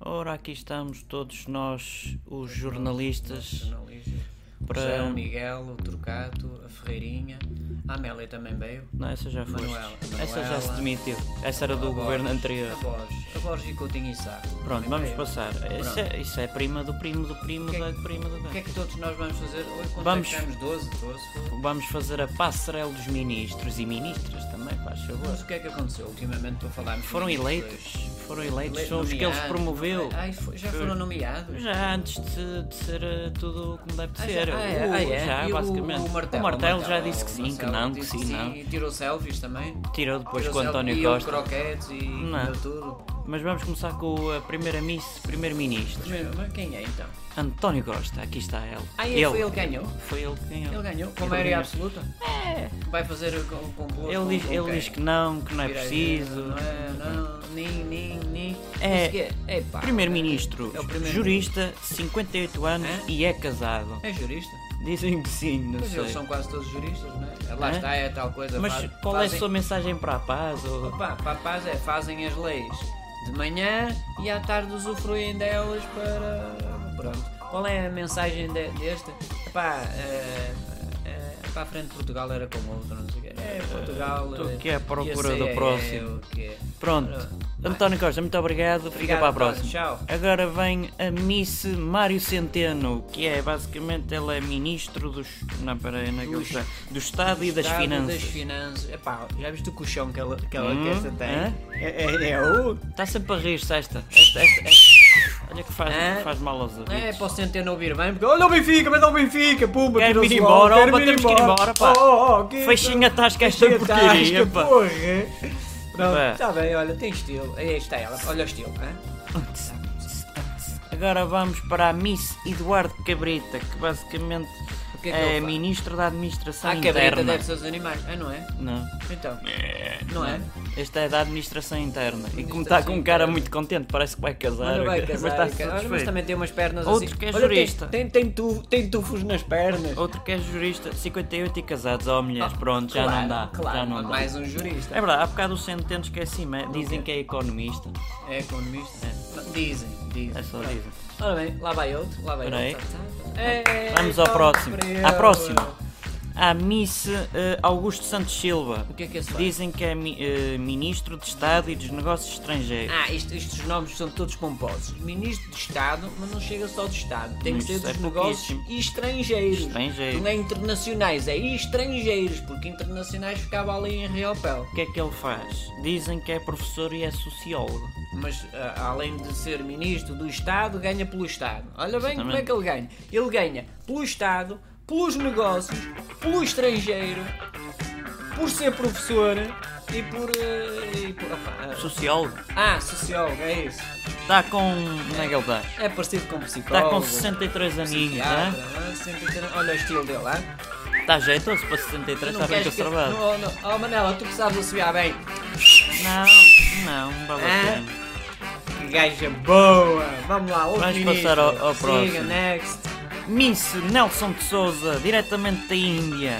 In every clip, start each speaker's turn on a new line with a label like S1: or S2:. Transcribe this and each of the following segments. S1: Ora, aqui estamos todos nós, os jornalistas.
S2: Jornalistas.
S1: Para- um
S2: José, o Miguel, o Trocato, a Ferreirinha, a Amélia também veio.
S1: Não, essa já foi.
S2: Manuela,
S1: Essa já se
S2: Manuela.
S1: demitiu. Essa era do
S2: A Borges,
S1: governo anterior.
S2: A Borges, a Borges e Coutinho e Sá.
S1: Pronto,
S2: Também
S1: vamos
S2: veio.
S1: passar. Isso é, isso é prima do primo do primo
S2: Que é
S1: da
S2: que-
S1: prima do
S2: O que é que todos nós vamos fazer? Hoje é
S1: Vamos-
S2: vamos. 12, 12.
S1: Vamos fazer a passarela dos ministros e ministras também, faz favor.
S2: Mas o que é que aconteceu? Ultimamente estou a falar muito
S1: Foram
S2: disso
S1: eleitos.
S2: hoje.
S1: Foram eleitos.
S2: Ele-
S1: São os que eles
S2: nomeados,
S1: promoveu.
S2: não é? Ai, foi- já foram nomeados?
S1: Já antes de, de ser eh, tudo como deve de
S2: Ah,
S1: ser.
S2: já- ah,
S1: O-
S2: é, ah, é.
S1: Uh, Já,
S2: E o-
S1: basicamente.
S2: O Martelo,
S1: já disse que
S2: o
S1: sim, que
S2: Marcelo
S1: não, que
S2: disse
S1: sim, não.
S2: E tirou selfies também.
S1: Tirou depois
S2: Tirou
S1: com o António
S2: selfie,
S1: Costa.
S2: croquetes e
S1: Não.
S2: comeu tudo.
S1: Mas vamos começar com a primeira miss, primeiro-ministro.
S2: Primeiro, mas quem é então?
S1: António Costa, aqui está ele.
S2: Ah,
S1: ele.
S2: ele, foi ele que ganhou.
S1: Foi ele que ganhou.
S2: Ele ganhou. Com
S1: Ele
S2: maioria
S1: ganhou. É.
S2: absoluta? Vai fazer o com, complô com,
S1: Ele diz,
S2: com
S1: ele
S2: quem?
S1: diz que não, que não é
S2: Vira-
S1: preciso.
S2: Não é, não, nem, nem, nem.
S1: É.
S2: Isso que é pá.
S1: Primeiro-ministro,
S2: É o primeiro-
S1: jurista, 58 anos
S2: É?
S1: e é casado.
S2: É jurista?
S1: Dizem que sim, não
S2: Mas eles
S1: sei.
S2: são quase todos juristas, não é? Lá
S1: É?
S2: está, é tal coisa.
S1: Mas
S2: faz-
S1: qual é a
S2: fazem,
S1: sua mensagem para a paz? Ou...
S2: Opa, para a paz é, fazem as leis de manhã e à tarde usufruem delas para. Pronto. Qual é a mensagem de, desta? Pá, eh, eh, para a frente de Portugal era como outro, não sei o quê. É, Portugal.
S1: tu
S2: eh,
S1: que é à procura
S2: esse
S1: do
S2: é- é
S1: próximo.
S2: o que é.
S1: Pronto. António Costa, muito obrigado. Fica
S2: Obrigado,
S1: para a
S2: António.
S1: próxima.
S2: Tchau.
S1: Agora vem a Miss Mário Centeno, que é basicamente ela é ministro dos. Não, peraí, não é que ele
S2: Dos-
S1: está? Do Estado e das
S2: Estado
S1: Finanças.
S2: Das finanças. Epá, já viste o colchão que ela, que ela
S1: Hum,
S2: que essa tem?
S1: é?
S2: É, é, é o.
S1: Está Tá sempre a rir-se esta. Esta- esta- esta- Olha que faz,
S2: Hã?
S1: faz mal aos ouvidos.
S2: É, posso tentar não ouvir bem, porque olha o Benfica, mas não o Benfica, pumba,
S1: Quero-me
S2: tirou-se
S1: ir
S2: logo,
S1: embora,
S2: quero-me
S1: opa, temos que ir embora, pá.
S2: Oh, oh, que-
S1: Fechinha tasca esta
S2: Fechinha
S1: porcaria,
S2: tasca,
S1: pá.
S2: porra. é?
S1: Pá.
S2: Pronto, está bem, olha, tem estilo. Aí está ela, olha o estilo, hã?
S1: Agora vamos para a Miss Eduardo Cabrita, que basicamente
S2: O que é que
S1: é
S2: ele faz?
S1: ministra da Administração
S2: Ah, a cabrita
S1: Interna.
S2: deve ser os animais, ah, não é?
S1: Não.
S2: Então, não é?
S1: Esta é da administração interna. E como está com um cara muito contente, parece que vai casar.
S2: Olha,
S1: o
S2: vai
S1: cara,
S2: casar,
S1: mas
S2: mas,
S1: está
S2: olha, mas
S1: satisfeito.
S2: também tem umas pernas
S1: Outro
S2: assim.
S1: que é
S2: Olha, tem-
S1: jurista.
S2: Tem, tem, tu- tem tufos nas pernas.
S1: Outro que é jurista, 58 e casados ou mulheres.
S2: Ah,
S1: Pronto, já
S2: claro,
S1: não dá.
S2: Claro,
S1: já não dá.
S2: mais um jurista.
S1: É verdade, há bocado o Centeno esqueci, mas dizem que é economista.
S2: É economista? Dizem, dizem.
S1: É só dizem.
S2: Ora bem, lá vai outro, lá vai
S1: Peraí.
S2: outro. É,
S1: Vamos ao
S2: então,
S1: próximo.
S2: para
S1: À
S2: ele.
S1: próxima. À Miss eh, Augusto Santos Silva.
S2: O que é que é isso?
S1: Dizem que é mi- eh, ministro de Estado e dos Negócios Estrangeiros.
S2: Ah, isto- estes nomes são todos pomposos. Ministro de Estado, mas não chega só de Estado. Tem que
S1: Isso
S2: ser dos
S1: é
S2: negócios
S1: pouquíssimo.
S2: estrangeiros.
S1: Estrangeiros.
S2: Não é internacionais, é estrangeiros, porque internacionais ficava ali em Riopel.
S1: O que é que ele faz? Dizem que é professor e é sociólogo.
S2: Mas ah, além de ser ministro do Estado, ganha pelo Estado. Olha bem como é
S1: Exatamente.
S2: que ele ganha. Ele ganha pelo Estado, pelos negócios, pelo estrangeiro, por ser professor e por. ah, e por- opa,
S1: Sociólogo?
S2: ah, ah, sociólogo, é isso.
S1: Está com. Como é que ele está?
S2: É parecido com psicólogo.
S1: Está com 63 aninhos,
S2: psiquiatra,
S1: né?
S2: ah, sempre tendo- Olha o estilo dele, ah.
S1: Está jeitoso para 63, está bem
S2: queres que-
S1: conservado.
S2: não, não. Oh Manela, tu que sabes assobiar bem.
S1: Não, não, não vale a
S2: Ah,
S1: pena.
S2: Que gaja boa! Vamos lá, outro
S1: Vamos
S2: ministro.
S1: passar ao- ao
S2: Siga,
S1: próximo.
S2: next.
S1: Miss Nelson de Souza, diretamente da Índia.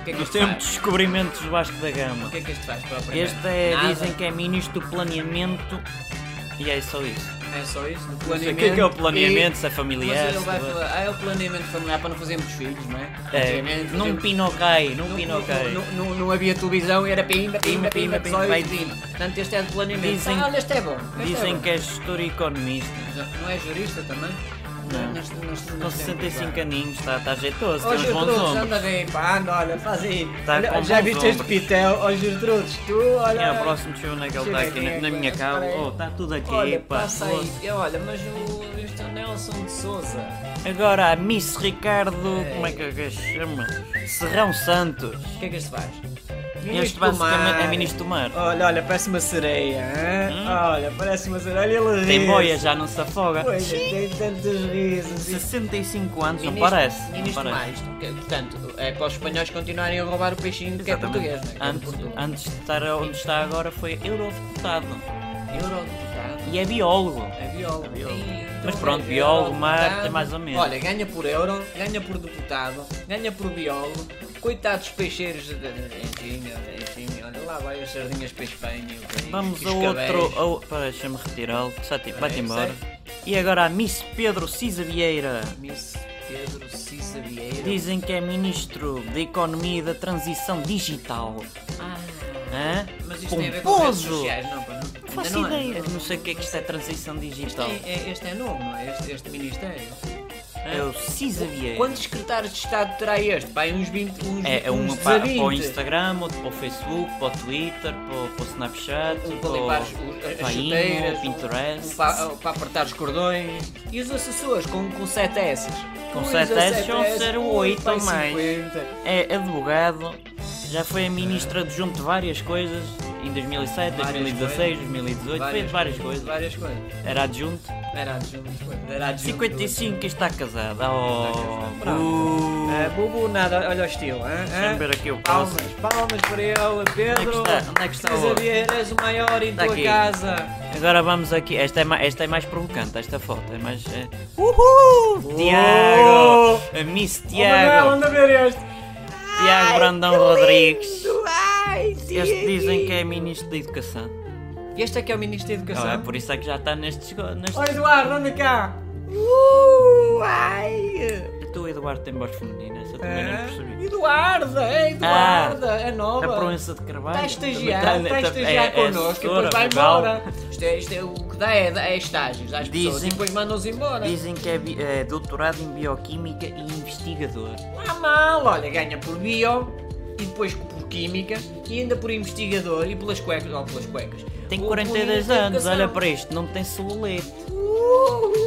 S2: O que é que
S1: Nos
S2: este
S1: tempos
S2: faz?
S1: de descobrimentos do Vasco da
S2: O
S1: Gama.
S2: que é que este faz para o primeiro?
S1: Este é,
S2: Nada.
S1: dizem que é ministro do planeamento. E é só isso.
S2: É só isso? Do
S1: Não sei
S2: planeamento.
S1: o que é que é o planeamento,
S2: e-
S1: se é familiar.
S2: Mas ele
S1: se
S2: vai
S1: não é.
S2: falar, ah, é o planeamento familiar para não fazermos filhos, não é?
S1: É,
S2: Antigamente,
S1: num
S2: fazemos-
S1: pinocai,
S2: não-
S1: num pinocai.
S2: não- não- Não havia televisão e era pimba,
S1: Pimba,
S2: pimba, pimba,
S1: pimba,
S2: só
S1: vai-
S2: isso. Portanto, este é de planeamento.
S1: Dizem-
S2: ah, olha, este é bom. este é
S1: Dizem
S2: bom.
S1: que é gestor e economista.
S2: Não é jurista também?
S1: Não.
S2: Neste- neste-
S1: Com
S2: neste
S1: 65
S2: tempo,
S1: aninhos, está está jeitoso,
S2: claro. Ó
S1: tem uns bons
S2: Gertrudes,
S1: ombros.
S2: anda bem, pá, anda, olha, faz aí.
S1: Tá
S2: Olha,
S1: com
S2: já
S1: bons
S2: viste este
S1: ombros.
S2: pitel? Ó Gertrudes, tu, olha.
S1: É, o próximo show onde é que ele está
S2: Chega
S1: aqui, na,
S2: aqui,
S1: na minha
S2: agora,
S1: cava.
S2: espera aí.
S1: Oh, está tudo aqui,
S2: Olha,
S1: pá.
S2: passa aí. E Olha, mas o, este é o Nelson de Souza.
S1: Agora a Miss Ricardo, como é que é que se chama? Serrão Santos.
S2: O que é que este faz?
S1: Este
S2: Ministro Oh, do
S1: basicamente
S2: mar.
S1: é ministro do mar. Hum?
S2: Olha, olha, parece uma sereia, hã? Olha, parece uma sereia. Olha ele ri.
S1: Tem boia, já não se afoga.
S2: Pois, é, tem tantos risos. e-
S1: 65 anos, não
S2: Ministro-
S1: parece? Não
S2: Ministro
S1: parece.
S2: mais. que- Portanto, é para os espanhóis continuarem a roubar o peixinho que é português, não é? Que é? de
S1: Antes,
S2: Portugal.
S1: antes de estar onde está agora foi eurodeputado.
S2: Eurodeputado.
S1: E é biólogo.
S2: É biólogo. Ih, então
S1: Mas pronto,
S2: é
S1: biólogo,
S2: eurodeputado.
S1: mar, é mais ou menos.
S2: Olha, ganha por euro, ganha por deputado, ganha por biólogo, Coitados peixeiros. de- de- Enfim, enfim, olha lá vai as sardinhas peixe bem e o carinho,
S1: Vamos
S2: que
S1: a
S2: os
S1: outro.
S2: cabéis.
S1: A, o- pá, deixa-me retirá-lo. Já te-
S2: Olha,
S1: tipo, vai-te
S2: eu
S1: embora. E agora a Miss Pedro Cisa Vieira.
S2: Miss Pedro Cisa Vieira.
S1: Dizem que é ministro da Economia e da Transição Digital.
S2: Ah,
S1: Hã?
S2: mas isto tem a ver com redes
S1: Pomposo.
S2: sociais, não? pá, não- ainda
S1: Faço
S2: não é.
S1: ideia. Não sei o que é que isto é transição digital.
S2: Isto é- é- Este é novo, não é? Este, este ministério.
S1: É o Cisa Vieira.
S2: Quantos secretários de Estado terá este? Pá, aí uns 20, uns,
S1: É, é
S2: uns
S1: uma para,
S2: 20.
S1: para o Instagram, outro para o Facebook, para o Twitter, para, o- para o Snapchat,
S2: Um para
S1: para,
S2: limpar os-
S1: o-
S2: os- as
S1: para a Imo, o
S2: chuteiras, um
S1: Pinterest.
S2: para, um para apertar os cordões. E os assessores com, com 7 S?
S1: Com sete S's vão ser
S2: um,
S1: oito ou mais. É advogado, já foi a ministra adjunto de várias coisas em 2007,
S2: Várias
S1: 2016, 2018, fez várias coisas.
S2: Várias coisas.
S1: Era adjunto.
S2: Era adjunto. Era um adjunto.
S1: 55 está casada. Oh,
S2: um Pronto. Ah, Bubu, nada, olha o estilo. hã?
S1: Deixa-me
S2: Hã?
S1: ver aqui o
S2: Palmas,
S1: próximo.
S2: palmas para ele, Pedro.
S1: Onde é que está? Onde é que está o
S2: César
S1: outro?
S2: Vieira, és o maior em
S1: Está
S2: tua
S1: aqui.
S2: casa.
S1: Agora vamos aqui. Esta é, ma- esta é mais provocante, esta foto. É mais. É... Uhul! Tiago!
S2: Oh.
S1: A Miss
S2: Manuel,
S1: Tiago!
S2: anda ver este.
S1: Tiago Brandão Rodrigues!
S2: Ai,
S1: Este dizem que é ministro da Educação.
S2: Este é que é o Ministro da Educação.
S1: Ah, é por isso é que já está nestes. go- nestes...
S2: Oi, Eduardo, anda cá. Uh, ai.
S1: Tu, Eduardo, tem voz feminina, essa também não percebi.
S2: É? Eduarda,
S1: Ah.
S2: é Eduarda, é
S1: A
S2: nova.
S1: Proença de Carvalho.
S2: Está a estagiar,
S1: um também
S2: está a estagiar
S1: é- é
S2: connosco e
S1: assessora,
S2: depois vai
S1: rival.
S2: embora. Isto é, isto é- o que dá é, é estágios às pessoas
S1: Dizem-
S2: e depois mandam-os embora.
S1: Dizem que é, bi- é doutorado em Bioquímica e investigador.
S2: Ah, mal, olha, ganha por bio e depois por química e ainda por investigador e pelas cuecas, ou pelas cuecas.
S1: Tem
S2: Ou por
S1: 42
S2: educação.
S1: anos, olha para isto, não tem celulite.
S2: Uh!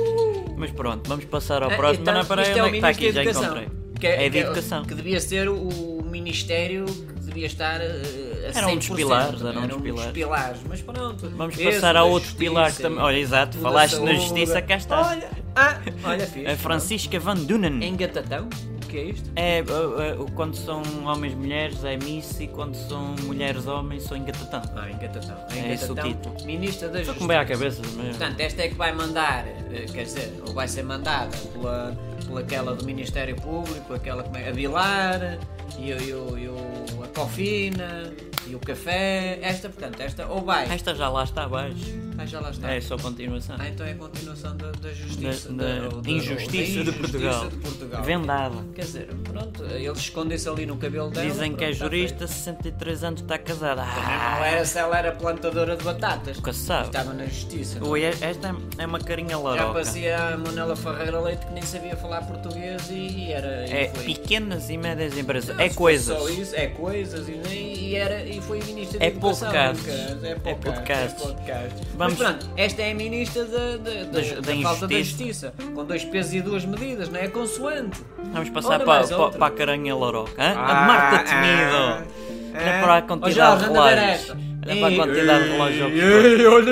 S1: Mas pronto, vamos passar ao
S2: Ah,
S1: É próximo.
S2: então,
S1: não, peraí,
S2: isto
S1: onde é que está
S2: Ministério
S1: aqui?
S2: da
S1: Já
S2: Educação,
S1: encontrei.
S2: que
S1: é de
S2: que
S1: educação.
S2: Que devia ser o, o ministério que devia estar eh, a 100%.
S1: Era um dos pilares,
S2: também,
S1: era um dos pilares.
S2: pilares, Mas pronto.
S1: Vamos
S2: esse
S1: passar a
S2: da
S1: outro pilar que
S2: justiça
S1: também.
S2: e
S1: Olha, exato,
S2: o da
S1: falaste na
S2: saúde.
S1: justiça, cá está.
S2: Olha, ah, olha fixe.
S1: A Francisca Van Dunen.
S2: Em Gatatão, o que é isto?
S1: É, uh, uh, quando são homens mulheres é Miss e quando são mulheres homens são engatatão.
S2: Ah, em Gatatão. Em
S1: É esse o
S2: Gatatão,
S1: título.
S2: Ministra da
S1: Só
S2: Justiça.
S1: com bem à cabeça, mas...
S2: Portanto, esta é que vai mandar, eh, quer dizer, ou vai ser mandada pela, pela aquela do Ministério Público, aquela como é, a Vilar, e, o- e o- e o- a Cofina, e o Café. Esta, portanto, esta ou vai.
S1: Esta já lá está abaixo.
S2: Ah, já lá está.
S1: É só continuação.
S2: Ah, então é a continuação da, da justiça.
S1: Da,
S2: ou
S1: da
S2: ou
S1: injustiça de
S2: injustiça
S1: Portugal.
S2: de Portugal. Então,
S1: Vendada.
S2: Quer dizer, pronto, eles escondem-se ali no cabelo dela.
S1: Dizem que é
S2: pronto, tá
S1: jurista, 63 anos, está casada.
S2: feito.
S1: Ah,
S2: Não é. era se ela era plantadora de batatas.
S1: nunca se sabe.
S2: Estava na justiça. não é?
S1: Ui, esta é- é uma carinha
S2: Já
S1: laroca.
S2: parecia a Manuela Ferreira Leite que nem sabia falar português e era.
S1: É
S2: e foi.
S1: pequenas e médias empresas.
S2: Não,
S1: É
S2: se fosse Só
S1: coisas.
S2: isso, é coisas e, nem, e, era, e foi ministra da
S1: É
S2: Educação.
S1: podcasts.
S2: nunca- É
S1: É
S2: podcast.
S1: podcasts.
S2: É podcast.
S1: Vamos-
S2: Mas pronto, esta é a ministra da, da, da,
S1: ju- da
S2: da falta da
S1: injustiça.
S2: justiça. Com dois pesos e duas medidas, não é? Consoante.
S1: Vamos passar
S2: Ora,
S1: para,
S2: mais
S1: para,
S2: outra.
S1: para a carinha laroca. hã?
S2: Ah,
S1: a Marta
S2: ah,
S1: Temido. Olha
S2: ah.
S1: para a
S2: Ó,
S1: quantidade
S2: Jorge,
S1: de
S2: anda a ver
S1: relógios.
S2: esta.
S1: Olha para a
S2: Ei,
S1: quantidade de
S2: ei,
S1: relógios. ocupados.
S2: ei, Olha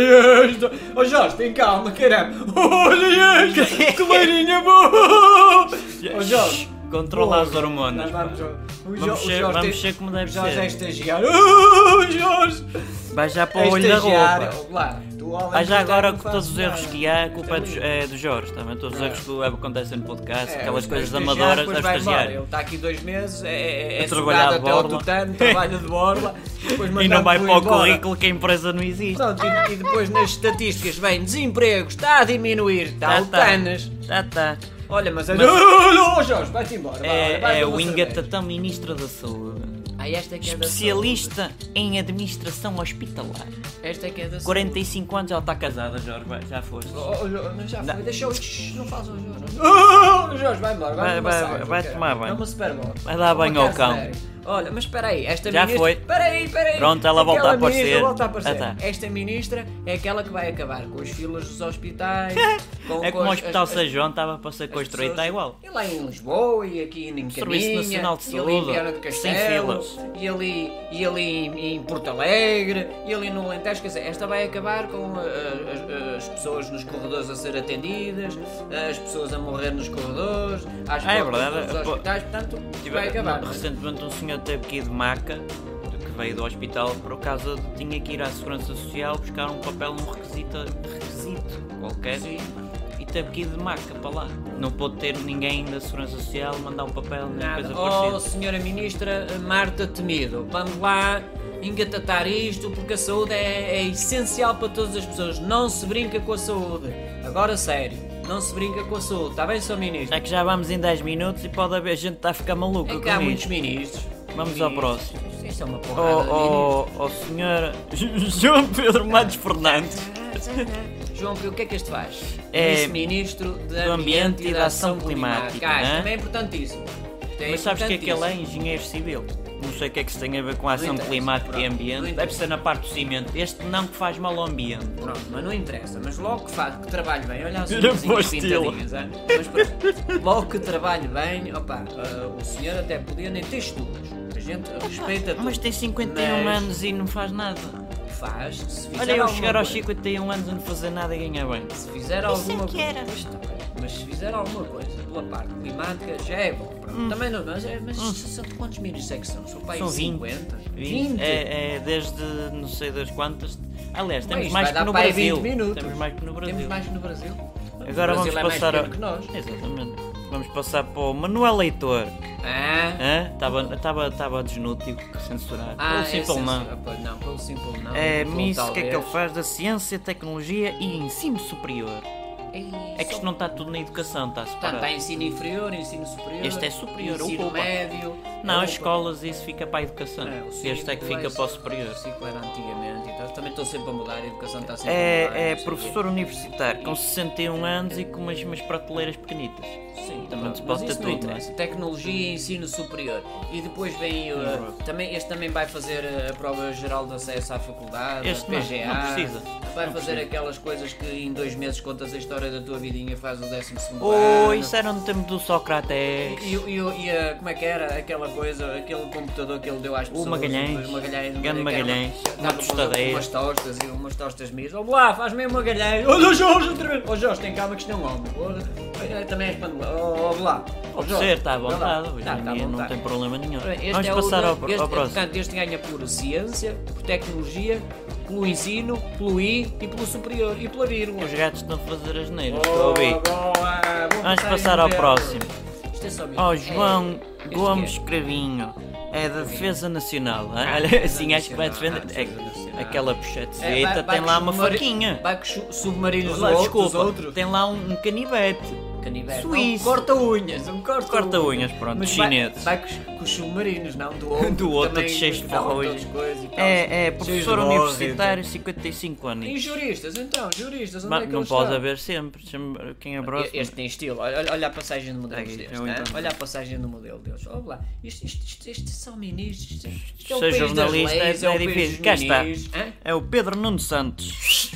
S2: esta! Ó Jorge, tem calma, caramba! Olha esta! Que beirinha boa! Ó Jorge!
S1: Controla as
S2: Porra,
S1: hormonas.
S2: não, Vamos, Jorge. o Jo- o
S1: Vamos ser,
S2: Jorge
S1: vamos
S2: tem-
S1: ser como deve
S2: o Jorge é
S1: ser.
S2: estagiário. Oh, Jorge!
S1: Vai já para
S2: É
S1: o olho da
S2: estagiário.
S1: roupa.
S2: Claro, tu olha
S1: Vai já
S2: que
S1: agora
S2: não
S1: com
S2: faz
S1: todos os
S2: nada.
S1: erros que há, a culpa é
S2: Também.
S1: do, é do Jorge também. Todos os
S2: É.
S1: erros que acontecem no podcast,
S2: É,
S1: aquelas
S2: o
S1: coisas
S2: estagiário
S1: amadoras, é o
S2: depois vai embora.
S1: estagiário.
S2: Ele está aqui dois meses, é, é,
S1: A
S2: é
S1: trabalhar
S2: sugado
S1: de
S2: até ao
S1: borla.
S2: tutano, trabalha de borla. depois
S1: E
S2: mandamos-o
S1: não vai para o
S2: embora.
S1: currículo que a empresa não existe.
S2: Pronto, e, e depois nas estatísticas vem desemprego, está a diminuir, está
S1: Já
S2: é o Tanas.
S1: Já está.
S2: Olha, mas olha. Olha, olha, Jorge, vai-te embora. vai, olha, vai
S1: É, é
S2: tomar
S1: o
S2: cerveja.
S1: Ingatatão Ministro da Saúde.
S2: Ah, esta é que é da
S1: Especialista em administração hospitalar.
S2: saúde. Esta é que é da saúde.
S1: 45 anos, ela está casada, Jorge. vai, Já foste.
S2: Oh, oh, Jorge, mas já
S1: Não.
S2: foi, deixa eu. Shhh, Não faz o Jorge. Oh, Jorge, vai embora,
S1: Vai- vai-
S2: vai, massagem,
S1: vai
S2: cara.
S1: tomar banho.
S2: É uma super bola.
S1: Vai dar banho ao cão.
S2: Olha, mas espera aí, esta
S1: Já
S2: ministra...
S1: foi.
S2: Espera aí, espera aí.
S1: Pronto, ela volta
S2: Aquela
S1: a aparecer.
S2: ministra volta a aparecer.
S1: Ah, tá.
S2: Esta ministra é aquela que vai acabar com as filas dos hospitais. com,
S1: É
S2: com
S1: como o
S2: as-
S1: Hospital
S2: as-
S1: São João estava para ser
S2: as
S1: construído,
S2: pessoas-
S1: está tá igual.
S2: E lá em Lisboa, e aqui em Caminha,
S1: Serviço Nacional de
S2: e ali em
S1: Saúde,
S2: Viana do
S1: sem
S2: Castelo,
S1: filas.
S2: E ali, e ali em, em Porto Alegre, e ali no Alentejo, quer dizer, esta vai acabar com ah, ah, as, as pessoas nos corredores a ser atendidas, as pessoas a morrer nos corredores, às
S1: Ah, é
S2: portas
S1: verdade,
S2: dos
S1: pô-
S2: hospitais, portanto,
S1: Tive-
S2: vai acabar.
S1: Recentemente um senhor teve que ir de maca, que veio do hospital, por causa de tinha que ir à Segurança Social buscar um papel, um requisito, requisito qualquer.
S2: Sim.
S1: E teve que ir de maca para lá. Não pôde ter ninguém da Segurança Social mandar um papel, nem
S2: Nada.
S1: coisa
S2: Oh,
S1: parecida.
S2: senhora Ministra Marta Temido, vamos lá engatatar isto porque a saúde é, é essencial para todas as pessoas. Não se brinca com a saúde. Agora, sério, não se brinca com a saúde. Está bem, Sr. Ministro?
S1: Já É que já vamos em 10 minutos e pode haver gente que está a ficar maluca
S2: É que há
S1: com
S2: muitos
S1: isto.
S2: ministros.
S1: Vamos
S2: Ministros.
S1: ao próximo.
S2: Isto é uma
S1: Oh,
S2: porrada de ministros.
S1: oh, oh, senhor João Pedro Matos Fernandes.
S2: João, o que é que este faz?
S1: É,
S2: Vice-ministro do
S1: do Ambiente e da Ação Climática,
S2: Ah, isto
S1: né?
S2: também é importantíssimo. Isto é
S1: Mas sabes que é que ele é
S2: importantíssimo.
S1: engenheiro civil? Não sei o que é que isso tem a ver com a ação
S2: interessa,
S1: climática e
S2: pronto, não
S1: ambiente.
S2: interessa.
S1: Deve ser na parte do cimento. Este não que faz mal ao ambiente.
S2: Pronto, mas não interessa. Mas logo que, faz, que trabalho bem, olha as
S1: Tira
S2: unhas
S1: para o estilo.
S2: pintadinhas, ah? mas pronto, logo que trabalho bem, opa, ah, o senhor até podia nem ter estudos. A gente respeita tudo.
S1: Ah, Mas tem 51
S2: Mas é
S1: anos e não faz nada.
S2: Faz, se fizer
S1: Olha, eu
S2: alguma
S1: chegar aos é
S2: coisa.
S1: 51 anos e não fazer nada e ganhar bem.
S2: Se fizer alguma coisa. Pois está bem, Mas se fizer alguma coisa pela parte climática, já é bom. Pronto. Também não, mas, é- mas são quantos ministros é que são? São para aí
S1: Hum. São 20.
S2: 50?
S1: 20? É, é desde não sei das quantas. Aliás, temos
S2: Pois,
S1: mais
S2: vai
S1: que
S2: dar
S1: no
S2: para aí
S1: Brasil.
S2: 20 minutos.
S1: Temos mais que no Brasil.
S2: Temos mais no Brasil.
S1: Agora
S2: o Brasil
S1: vamos
S2: é
S1: passar
S2: mais
S1: ao-
S2: pequeno que nós.
S1: Exatamente. Vamos passar para o Manuel Leitor.
S2: Ah,
S1: Hã? Estava tava, tava desnútil censurar.
S2: ah
S1: Pelo simple
S2: é
S1: não.
S2: senso- ah, pois não, pelo simple não.
S1: É,
S2: pelo
S1: Miss, o que é que ele
S2: talvez.
S1: faz da ciência, tecnologia e ensino superior?
S2: Ei,
S1: É que isto
S2: só-
S1: não está tudo na educação, está-se
S2: Portanto, há
S1: para.
S2: ensino inferior, ensino superior.
S1: Este é superior,
S2: Ensino
S1: opa.
S2: médio.
S1: Não,
S2: opa.
S1: as escolas isso fica para a educação.
S2: É, o
S1: Este é que
S2: ciclo
S1: fica para
S2: vai
S1: o
S2: ser-
S1: superior.
S2: O ciclo era antigamente e tal. Também estou sempre a mudar, a educação está sempre a mudar.
S1: É, é
S2: não sei o quê.
S1: professor universitário com 61 anos e com umas, umas prateleiras pequenitas.
S2: Sim,
S1: também se
S2: pronto,
S1: pode
S2: mas
S1: ter
S2: isso não
S1: tudo, não é?
S2: interessa. Tecnologia e ensino superior. E depois vem o.
S1: Não, não.
S2: também, este também vai fazer uh, a prova geral de acesso à faculdade,
S1: Este não,
S2: a PGA.
S1: não precisa.
S2: Vai
S1: Não
S2: fazer
S1: precisa.
S2: aquelas coisas que em dois meses contas a história da tua vidinha, faz o 12 segundo.
S1: Oh,
S2: ano.
S1: isso era no tempo do Sócrates.
S2: E, o- e, o- e a, como é que era aquela coisa, aquele computador que ele deu às pessoas?
S1: Magalhães.
S2: O Magalhães.
S1: Grande
S2: que era
S1: Magalhães. Uma
S2: dava
S1: tostadeira.
S2: Umas tostas e umas tostas mesmo. Vamos lá, faz-me um Magalhães. Olha o Jorge outra vez. Ó Jorge, tem calma que isto é um homem. Olha, Também és panelado. Ó, oh, lá. Ó,
S1: Pode
S2: Jorge,
S1: ser, está à
S2: vá lá.
S1: vontade. Hoje
S2: Tá,
S1: em
S2: tá à
S1: dia não
S2: vontade.
S1: tem problema nenhum.
S2: Este
S1: Vamos
S2: é o-
S1: passar ao,
S2: este-
S1: ao próximo.
S2: Portanto, este ganha por ciência, por tecnologia, pelo ensino, pelo I e pelo superior e pela vírgula.
S1: Os gatos estão a fazer as neiras, estou a
S2: Boa,
S1: ouvir.
S2: boa. Vou
S1: Vamos
S2: em
S1: passar ao
S2: verde.
S1: próximo.
S2: Isto é só mesmo.
S1: Ó
S2: É,
S1: João
S2: este que é.
S1: Gomes Cravinho. É da Defesa Nacional. hã?
S2: Ah,
S1: Olha,
S2: Defesa
S1: assim acho que vai
S2: Nacional,
S1: defender.
S2: ah, Defesa Nacional.
S1: É, aquela pochete
S2: É, vai- vai
S1: tem
S2: com
S1: lá uma
S2: submari-
S1: faquinha.
S2: Vai com su- submarinos
S1: Lá,
S2: ou outros,
S1: Desculpa,
S2: outros.
S1: tem lá um um canivete.
S2: Canivete.
S1: Suíço.
S2: Não, corta unhas, um corta
S1: Corta unhas, pronto,
S2: Mas
S1: chineses.
S2: Vai, vai com, os, com os submarinos, não? Do outro.
S1: Do outro,
S2: também,
S1: cheio de
S2: não,
S1: ferrugem.
S2: todas as coisas e tal.
S1: É, é
S2: Cheios de
S1: professor
S2: borra e
S1: universitário, 55
S2: tal. E
S1: anos.
S2: juristas, então, juristas, onde é
S1: Mas
S2: que
S1: não
S2: eles
S1: pode
S2: estão?
S1: haver sempre. sempre- Quem é próximo?
S2: Este tem estilo, olha, olha a passagem de modelos
S1: Aqui,
S2: deste,
S1: eu
S2: hã?
S1: então.
S2: olha a passagem do modelo deles, olha lá, isto, isto, isto, isto são ministros, isto, isto é
S1: Ser
S2: o país das
S1: jornalista
S2: leis,
S1: é- é
S2: o país
S1: difícil.
S2: dos
S1: Cá está.
S2: ministros, hã?
S1: É o Pedro Nuno Santos.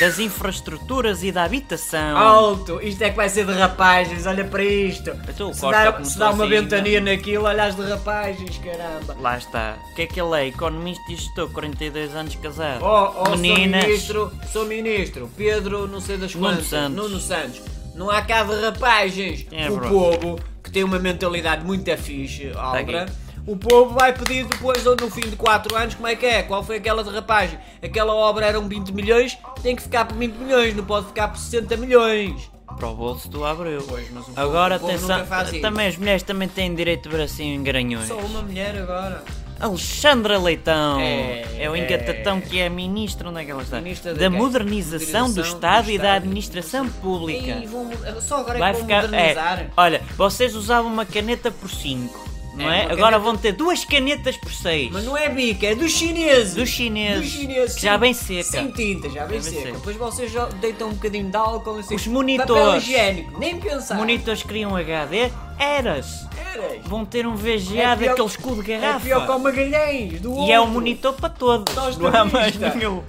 S1: Das infraestruturas e da habitação.
S2: Alto, isto é que vai ser derrapagens, olha para isto.
S1: Então, o
S2: se
S1: Costa
S2: dá,
S1: começou
S2: se dá uma
S1: assim,
S2: ventania naquilo, olha as derrapagens, caramba.
S1: Lá está. O que é que ele é? Economista e gestor, 42 anos casado.
S2: Oh, oh,
S1: Meninas.
S2: sou ministro, sou ministro, Pedro, não sei das
S1: Nuno
S2: quantas,
S1: Santos.
S2: Nuno Santos. Não há cá derrapagens.
S1: É,
S2: o
S1: bro.
S2: povo, que tem uma mentalidade muito fixe, Albra,
S1: aqui.
S2: o povo vai pedir depois, ou no fim de 4 anos, como é que é? Qual foi aquela derrapagem? Aquela obra eram 20 milhões, tem que ficar por 20 milhões, não pode ficar por 60 milhões.
S1: Para o bolso do Abreu.
S2: Pois, mas o povo-
S1: Agora
S2: o povo
S1: atenção,
S2: nunca faz isso.
S1: também as mulheres também têm direito de bracinho em granhões.
S2: Só uma mulher agora.
S1: Alexandra Leitão
S2: É,
S1: é, o engatatão que é ministro naquela está
S2: Ministra de
S1: da
S2: quê?
S1: modernização do
S2: Modernização do
S1: Estado e da
S2: Estado.
S1: administração pública.
S2: Ei, vão mu- só agora é
S1: Vai
S2: que vão
S1: ficar. é,
S2: modernizar.
S1: olha, vocês usavam uma caneta por 5, não
S2: É,
S1: é?
S2: uma
S1: Agora
S2: caneta-
S1: vão ter duas canetas por 6.
S2: Mas não é bica, é dos chineses.
S1: Dos chineses.
S2: Dos chineses,
S1: Que já
S2: sim.
S1: bem seca.
S2: Sem tinta, já bem,
S1: Já bem
S2: seca.
S1: seca.
S2: Depois vocês já deitam um bocadinho de álcool assim.
S1: Os
S2: Papel
S1: monitores.
S2: higiênico, nem pensar.
S1: Monitores queriam HD, eras.
S2: Eras.
S1: Vão ter um VGA
S2: É pior-
S1: daquele escudo de
S2: É pior que o
S1: garrafa.
S2: Magalhães, do
S1: e é
S2: outro.
S1: um monitor para todos.
S2: Só os
S1: Não há mais
S2: turistas.
S1: nenhum.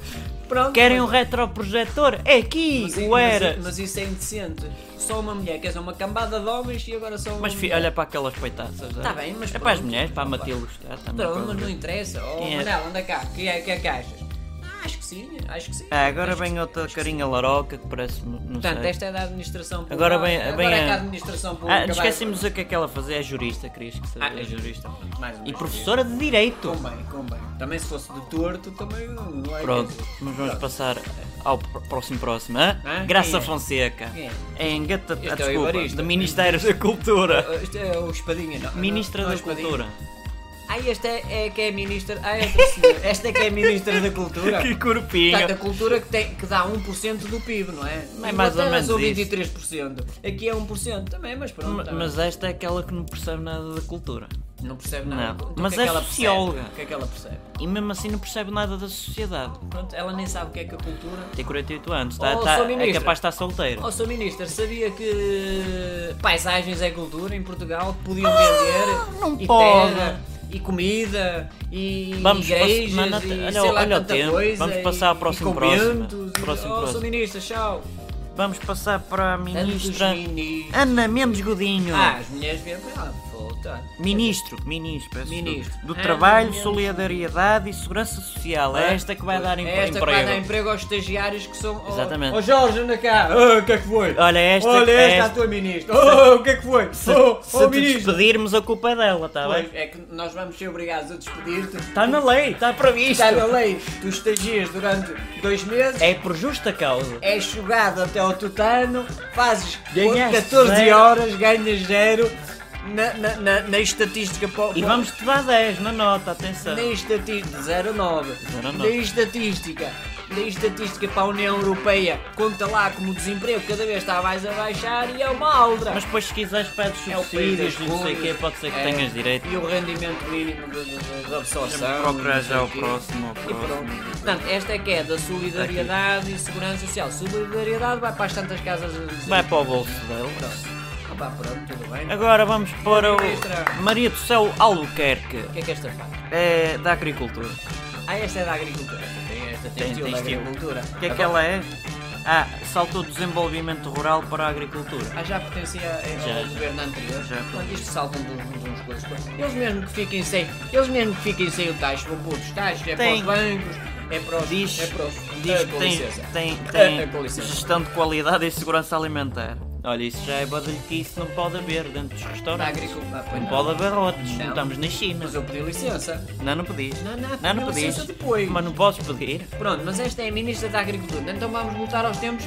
S2: Pronto.
S1: Querem um retroprojetor? É aqui,
S2: mas,
S1: o
S2: mas-
S1: eras.
S2: Mas, isso é indecente. Só uma mulher, quer dizer, uma cambada de homens e agora só um uma
S1: Mas fi,
S2: mulher.
S1: olha para aquelas peitaças.
S2: é- Tá bem, mas
S1: É para as
S2: pronto.
S1: mulheres, para a Matilde gostar também.
S2: Pronto,
S1: para-
S2: Então, mas não interessa. Oh,
S1: Quem é?
S2: Manel, anda cá. O que é que é que achas? Ah, acho que sim, acho que sim.
S1: Ah, agora
S2: Acho que
S1: vem
S2: sim,
S1: outra
S2: acho que sim.
S1: carinha laroca que parece. Não
S2: Portanto,
S1: sei.
S2: esta é da administração pública.
S1: Agora vem,
S2: Agora
S1: vem
S2: é que a
S1: a.
S2: administração pública.
S1: Ah,
S2: vai-
S1: esquecemos o que é que ela fazia. É jurista, querias que seja.
S2: Ah, é jurista. pronto, Mais um
S1: E professora de Direito.
S2: Com bem, com bem. Também se fosse de torto, também não é.
S1: Pronto,
S2: quer dizer,
S1: mas vamos
S2: pronto.
S1: passar ao pr- próximo próximo, hã?
S2: Hã?
S1: Graça
S2: Quem é?
S1: Fonseca.
S2: Quem é?
S1: É em Gata,
S2: Este é
S1: ah,
S2: o
S1: desculpa,
S2: Evaristo.
S1: do Ministério da Cultura.
S2: Este é o Espadinha, não?
S1: Ministra
S2: não é
S1: da
S2: Espadinha.
S1: Cultura.
S2: Ah, este é, é que é ministra. Ah, esta, senhora- esta é que é ministra da Cultura.
S1: Que
S2: Portanto, a
S1: corpinho.
S2: cultura que, tem, que dá 1% do PIB, não é?
S1: É mais ou
S2: Inglaterra
S1: menos
S2: são
S1: isso.
S2: 23%. Aqui é 1% também, mas pronto.
S1: Ma-
S2: tá bem.
S1: Mas esta é aquela que não percebe nada da cultura.
S2: Não percebe nada.
S1: Não.
S2: Então, o
S1: Mas
S2: que é
S1: é
S2: que ela
S1: socióloga.
S2: Percebe? O que é que ela percebe?
S1: E mesmo assim não percebe nada da sociedade.
S2: Pronto, ela nem sabe o que é que a cultura.
S1: Tem 48 anos, tá,
S2: Oh,
S1: tá-
S2: sou
S1: é
S2: ministra.
S1: capaz de estar solteiro.
S2: Oh, Sr. Ministro, sabia que paisagens é cultura em Portugal que podiam vender
S1: Ah, não
S2: e
S1: pode.
S2: terra e comida e
S1: Vamos para a
S2: igrejas
S1: semana-
S2: e
S1: olha-
S2: sei lá
S1: olha o
S2: tanta
S1: tempo.
S2: coisa
S1: Vamos
S2: e-
S1: passar ao
S2: e
S1: próximo
S2: conventos
S1: próximo.
S2: e-
S1: Próximo
S2: oh, Sr.
S1: próximo.
S2: Ministro, tchau.
S1: Vamos passar para a ministra
S2: Tantos ministros.
S1: Ana Mendes Godinho.
S2: Ah, as mulheres vieram para lá. Volta.
S1: Ministro, ministro, peço
S2: Ministro.
S1: desculpa. do
S2: Ana
S1: Trabalho,
S2: Mendes.
S1: Solidariedade e Segurança Social. É esta que vai dar em-
S2: É
S1: emprego.
S2: esta que vai dar emprego aos estagiários que são. oh,
S1: Exatamente.
S2: Oh, Jorge, anda cá. Oh, o que é que foi?
S1: Olha, esta-
S2: Olha, esta,
S1: esta-
S2: a tua ministra. Oh, o que é que foi?
S1: Se,
S2: oh,
S1: se
S2: oh,
S1: te
S2: ministro.
S1: despedirmos, a culpa é dela, está bem?
S2: Pois, é que nós vamos ser obrigados a despedir-te.
S1: Está Tá na lei, está previsto.
S2: Está na lei. Tu estagias durante dois meses.
S1: É por justa causa.
S2: És chugado até ao tutano, fazes
S1: Ganhaste
S2: 14
S1: zero.
S2: horas, ganhas zero na, na, na, na estatística para
S1: E vamos te dar 10 na nota, atenção.
S2: na estatística 09,
S1: Zero nove.
S2: na estatística, na estatística para a União Europeia, conta lá como o desemprego cada vez está mais a baixar e é uma aldraba.
S1: Mas depois se quiseres pedes
S2: É o país das
S1: subsídios e não sei o
S2: cores,
S1: quê, pode ser que
S2: é,
S1: tenhas direito.
S2: E o rendimento mínimo de- de- de absorção.
S1: Procurar
S2: não sei
S1: já o
S2: quê.
S1: próximo, o
S2: E pronto.
S1: próximo.
S2: Portanto, esta é que é da solidariedade e segurança social. Solidariedade vai para as tantas casas. de desemprego.
S1: Vai para o É- bolso dela.
S2: Pronto. Ah pá, pronto, tudo bem.
S1: Agora vamos para
S2: Ministra.
S1: o Maria do Céu Albuquerque,
S2: O que é que esta faz?
S1: é da agricultura.
S2: Ah, esta é da agricultura. Esta tem, esta tem,
S1: Tem-
S2: estilo
S1: tem
S2: da
S1: estilo.
S2: agricultura.
S1: O que é que ela é? Ah, saltou do desenvolvimento rural para a agricultura.
S2: Ah, já pertencia ao
S1: Já, já.
S2: governo anterior.
S1: Já, pronto.
S2: Portanto, isto saltam de uns, de uns coisas. Eles mesmo que fiquem sem, eles mesmo que fiquem sem o taxo, vão pôr os taxos, é
S1: Tem.
S2: para os bancos, é para os.
S1: Diz,
S2: é para os
S1: diz
S2: Ah,
S1: que
S2: com
S1: tem,
S2: licença.
S1: tem,
S2: Ah,
S1: tem
S2: com licença.
S1: gestão de qualidade e segurança alimentar. Olha, isso já é badalho que isso não pode haver dentro dos
S2: Da
S1: restaurantes.
S2: agricultura.
S1: Não pode haver rotes, não
S2: Não.
S1: estamos na China.
S2: Mas eu pedi licença.
S1: Não, não pediste.
S2: Não, não,
S1: Não, não
S2: pedi licença
S1: pediste.
S2: depois.
S1: Mas não podes pedir.
S2: Pronto, mas esta é a ministra da Agricultura. Então vamos voltar aos tempos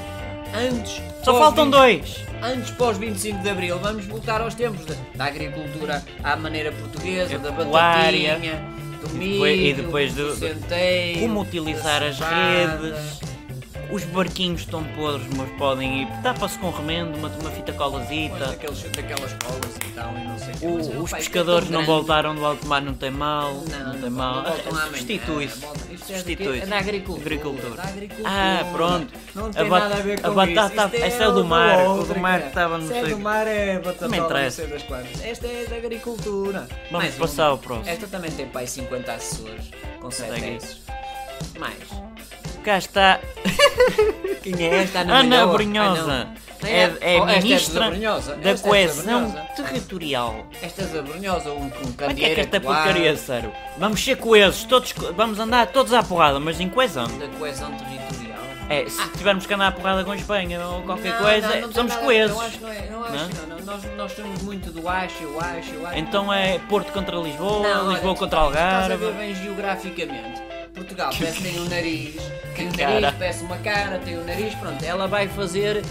S2: antes.
S1: Só
S2: pós
S1: faltam
S2: 20
S1: dois.
S2: Antes pós 25 de Abril, vamos voltar aos tempos da, da agricultura à maneira portuguesa, da
S1: pecuária.
S2: batatinha, do
S1: E
S2: milho,
S1: depois- e depois do-
S2: do centeio,
S1: como utilizar
S2: da
S1: as
S2: cevada.
S1: redes. Os barquinhos estão podres, mas podem ir. Tapa-se com remendo, uma, uma fita
S2: Depois
S1: colazita.
S2: daqueles, daquelas colas e tal, e não sei o quê.
S1: O-
S2: Mas,
S1: os
S2: opa, isto é
S1: pescadores
S2: tão
S1: não
S2: grande.
S1: voltaram do alto mar, não tem mal.
S2: Não,
S1: tem
S2: não
S1: mal. É
S2: voltam amanhã.
S1: Substitui-se.
S2: Volta- isto é de quê?
S1: Substitui-se.
S2: É da agricultura, É
S1: Agricultura.
S2: da agricultura.
S1: Ah, pronto.
S2: Não tem
S1: bat-
S2: nada a ver com
S1: a batata,
S2: isso. Isto
S1: essa é do mar. O
S2: outra,
S1: do mar que
S2: cara.
S1: estava no
S2: Se é
S1: sei.
S2: do mar é batata
S1: Não me
S2: não
S1: interessa.
S2: sei das quantas. Esta é da agricultura.
S1: Vamos
S2: Mais
S1: passar
S2: uma.
S1: ao próximo.
S2: Esta também tem pai 50 assessores com 7
S1: Segue.
S2: vezes. Mais.
S1: Cá está
S2: Quem é esta?
S1: Ana
S2: Malhoa?
S1: Brunhosa.
S2: Ah, não.
S1: É, é
S2: Oh, esta da
S1: ministra
S2: Brunhosa.
S1: da
S2: Esta é
S1: coesão
S2: Brunhosa.
S1: territorial.
S2: Esta é da Brunhosa, um, um
S1: Para que é
S2: candeeiro
S1: que esta
S2: claro,
S1: porcaria serve? Vamos ser coesos, todos, co- vamos andar todos à porrada, mas em coesão.
S2: Da coesão territorial.
S1: É, se tivermos que andar à porrada com a Espanha ou qualquer
S2: Ah. Não,
S1: coisa,
S2: não, não tem
S1: somos
S2: nada a ver. Não acho,
S1: coesos.
S2: não é, não acho, não. não. Nós, nós somos muito do acho, eu acho, eu acho.
S1: Então é Porto contra Lisboa,
S2: Não, olha,
S1: Lisboa
S2: tu
S1: contra
S2: Estás a ver
S1: Algarve.
S2: bem geograficamente. Portugal parece que tem um nariz, tem um
S1: cara.
S2: nariz, parece uma cara, tem um nariz, pronto. Ela vai fazer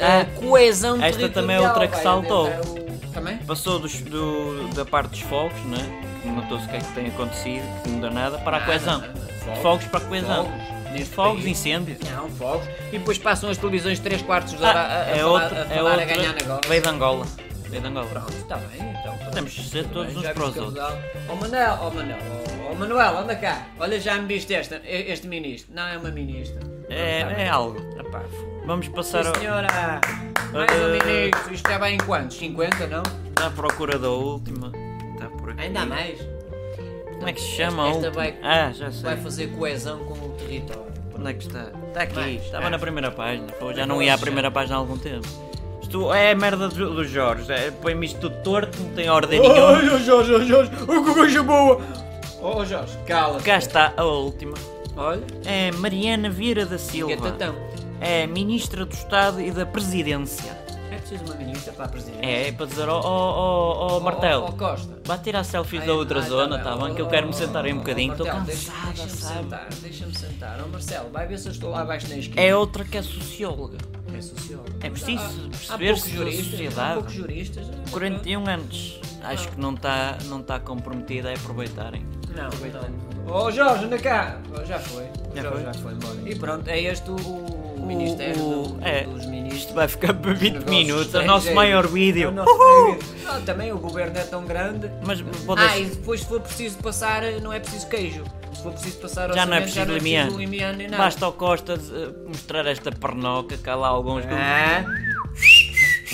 S1: Ah,
S2: a coesão
S1: esta
S2: territorial.
S1: também é outra que
S2: vai
S1: saltou.
S2: aumentar o- Também?
S1: Passou dos- do- da parte dos fogos, né? que notou-se o que é que tem acontecido, que não deu nada, para a
S2: Nada,
S1: coesão.
S2: nada. Fogos,
S1: Fogos para a coesão.
S2: fogos, neste
S1: Fogos,
S2: país.
S1: incêndios.
S2: Não, fogos. E depois passam as televisões 3 quartos da hora a,
S1: Ah,
S2: a
S1: é
S2: falar,
S1: outra,
S2: a,
S1: é
S2: falar a ganhar
S1: outra.
S2: negócio.
S1: Veio de Angola. Veio de Angola.
S2: Pronto, está bem, então. pronto.
S1: Temos de ser
S2: Tudo
S1: todos
S2: bem,
S1: uns
S2: já
S1: para os
S2: viste que
S1: outros.
S2: eu- Oh Manuel, oh Manuel, oh, oh Manuel, anda cá. Olha, já me viste esta, e- este ministro. Não é uma ministra.
S1: É, é algo.
S2: Epá, f-
S1: Vamos passar
S2: sim,
S1: ao-
S2: senhora, mais um
S1: Eh,
S2: ministro. Isto já vai em quantos? 50, não?
S1: à procura da última. Está por aqui.
S2: Ainda mais.
S1: Como é que se chama a
S2: Esta
S1: última?
S2: vai-
S1: Ah, já sei.
S2: Vai fazer coesão com o território.
S1: Onde é que está? Está aqui, tá
S2: Mais, Ah.
S1: estava
S2: mais.
S1: na primeira página. Pô, já não
S2: Pois,
S1: ia à
S2: já.
S1: primeira página há algum tempo. Isto é a merda do, do Jorge, é, põe-me isto tudo torto, não tem ordem nenhuma.
S2: oh Jorge, oh Jorge, oh que coisa boa. Oh Jorge, cala-te.
S1: Cá está a última.
S2: Olha,
S1: É Mariana Vieira da Silva.
S2: gatão.
S1: É Ministra do Estado e da Presidência.
S2: É preciso uma ministra para a presidência.
S1: É, é para dizer, ó, ó, ó, ó, Martel,
S2: Ó, ó, Costa.
S1: vá tirar selfies
S2: Ai,
S1: da outra
S2: ai, tá
S1: zona,
S2: bem.
S1: tá bem? Que eu
S2: Ó,
S1: quero-me
S2: ó,
S1: sentar aí um
S2: ó,
S1: bocadinho, estou
S2: Martel, deixa-
S1: cansada,
S2: Deixa-me
S1: sabe?
S2: sentar, deixa-me sentar. Ó Marcelo, vai ver se eu estou lá abaixo na esquerda.
S1: É outra que é socióloga.
S2: É social.
S1: É preciso
S2: Ah, Há
S1: perceber
S2: poucos
S1: se a
S2: juristas. Há
S1: sociedade-
S2: poucos juristas.
S1: 41 anos. Acho que não está não tá comprometida a aproveitarem.
S2: Não, não. Ó Jorge, anda cá. Ó, já foi.
S1: Já
S2: Jorge
S1: foi?
S2: já foi embora. E pronto, é este o, o Ministério do-
S1: é,
S2: dos Ministros.
S1: Isto vai ficar para 20
S2: Negócios
S1: minutos, é o
S2: estrangeiros.
S1: nosso maior vídeo.
S2: É o nosso maior vídeo. Ah, também o governo é tão grande.
S1: Mas vou
S2: Ah, e
S1: deixar.
S2: depois se for preciso passar, não é preciso queijo. Se for preciso passar
S1: Já não é
S2: orçamento,
S1: preciso
S2: preciso
S1: limiar.
S2: limiar nem nada.
S1: Basta ao Costa eh, mostrar esta pernoca, que há lá alguns que-
S2: Ah. E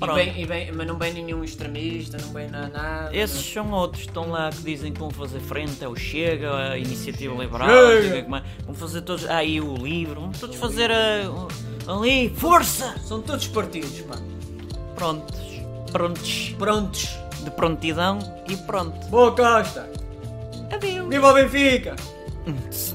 S1: Pronto.
S2: bem, e bem, mas não vem nenhum extremista, não vem na- nada.
S1: Esses são outros que estão lá que dizem que vão fazer frente ao Chega, a Iniciativa Liberal,
S2: Chega.
S1: não sei o que é que mais. vão fazer todos. Ah, e o livro, vão todos fazer ah, um- ali, força!
S2: São todos partidos, pá.
S1: Prontos, prontos,
S2: Prontos.
S1: de prontidão e pronto.
S2: Boa Costa.
S1: Adeus!
S2: Viva o Benfica.
S1: Hum, tss.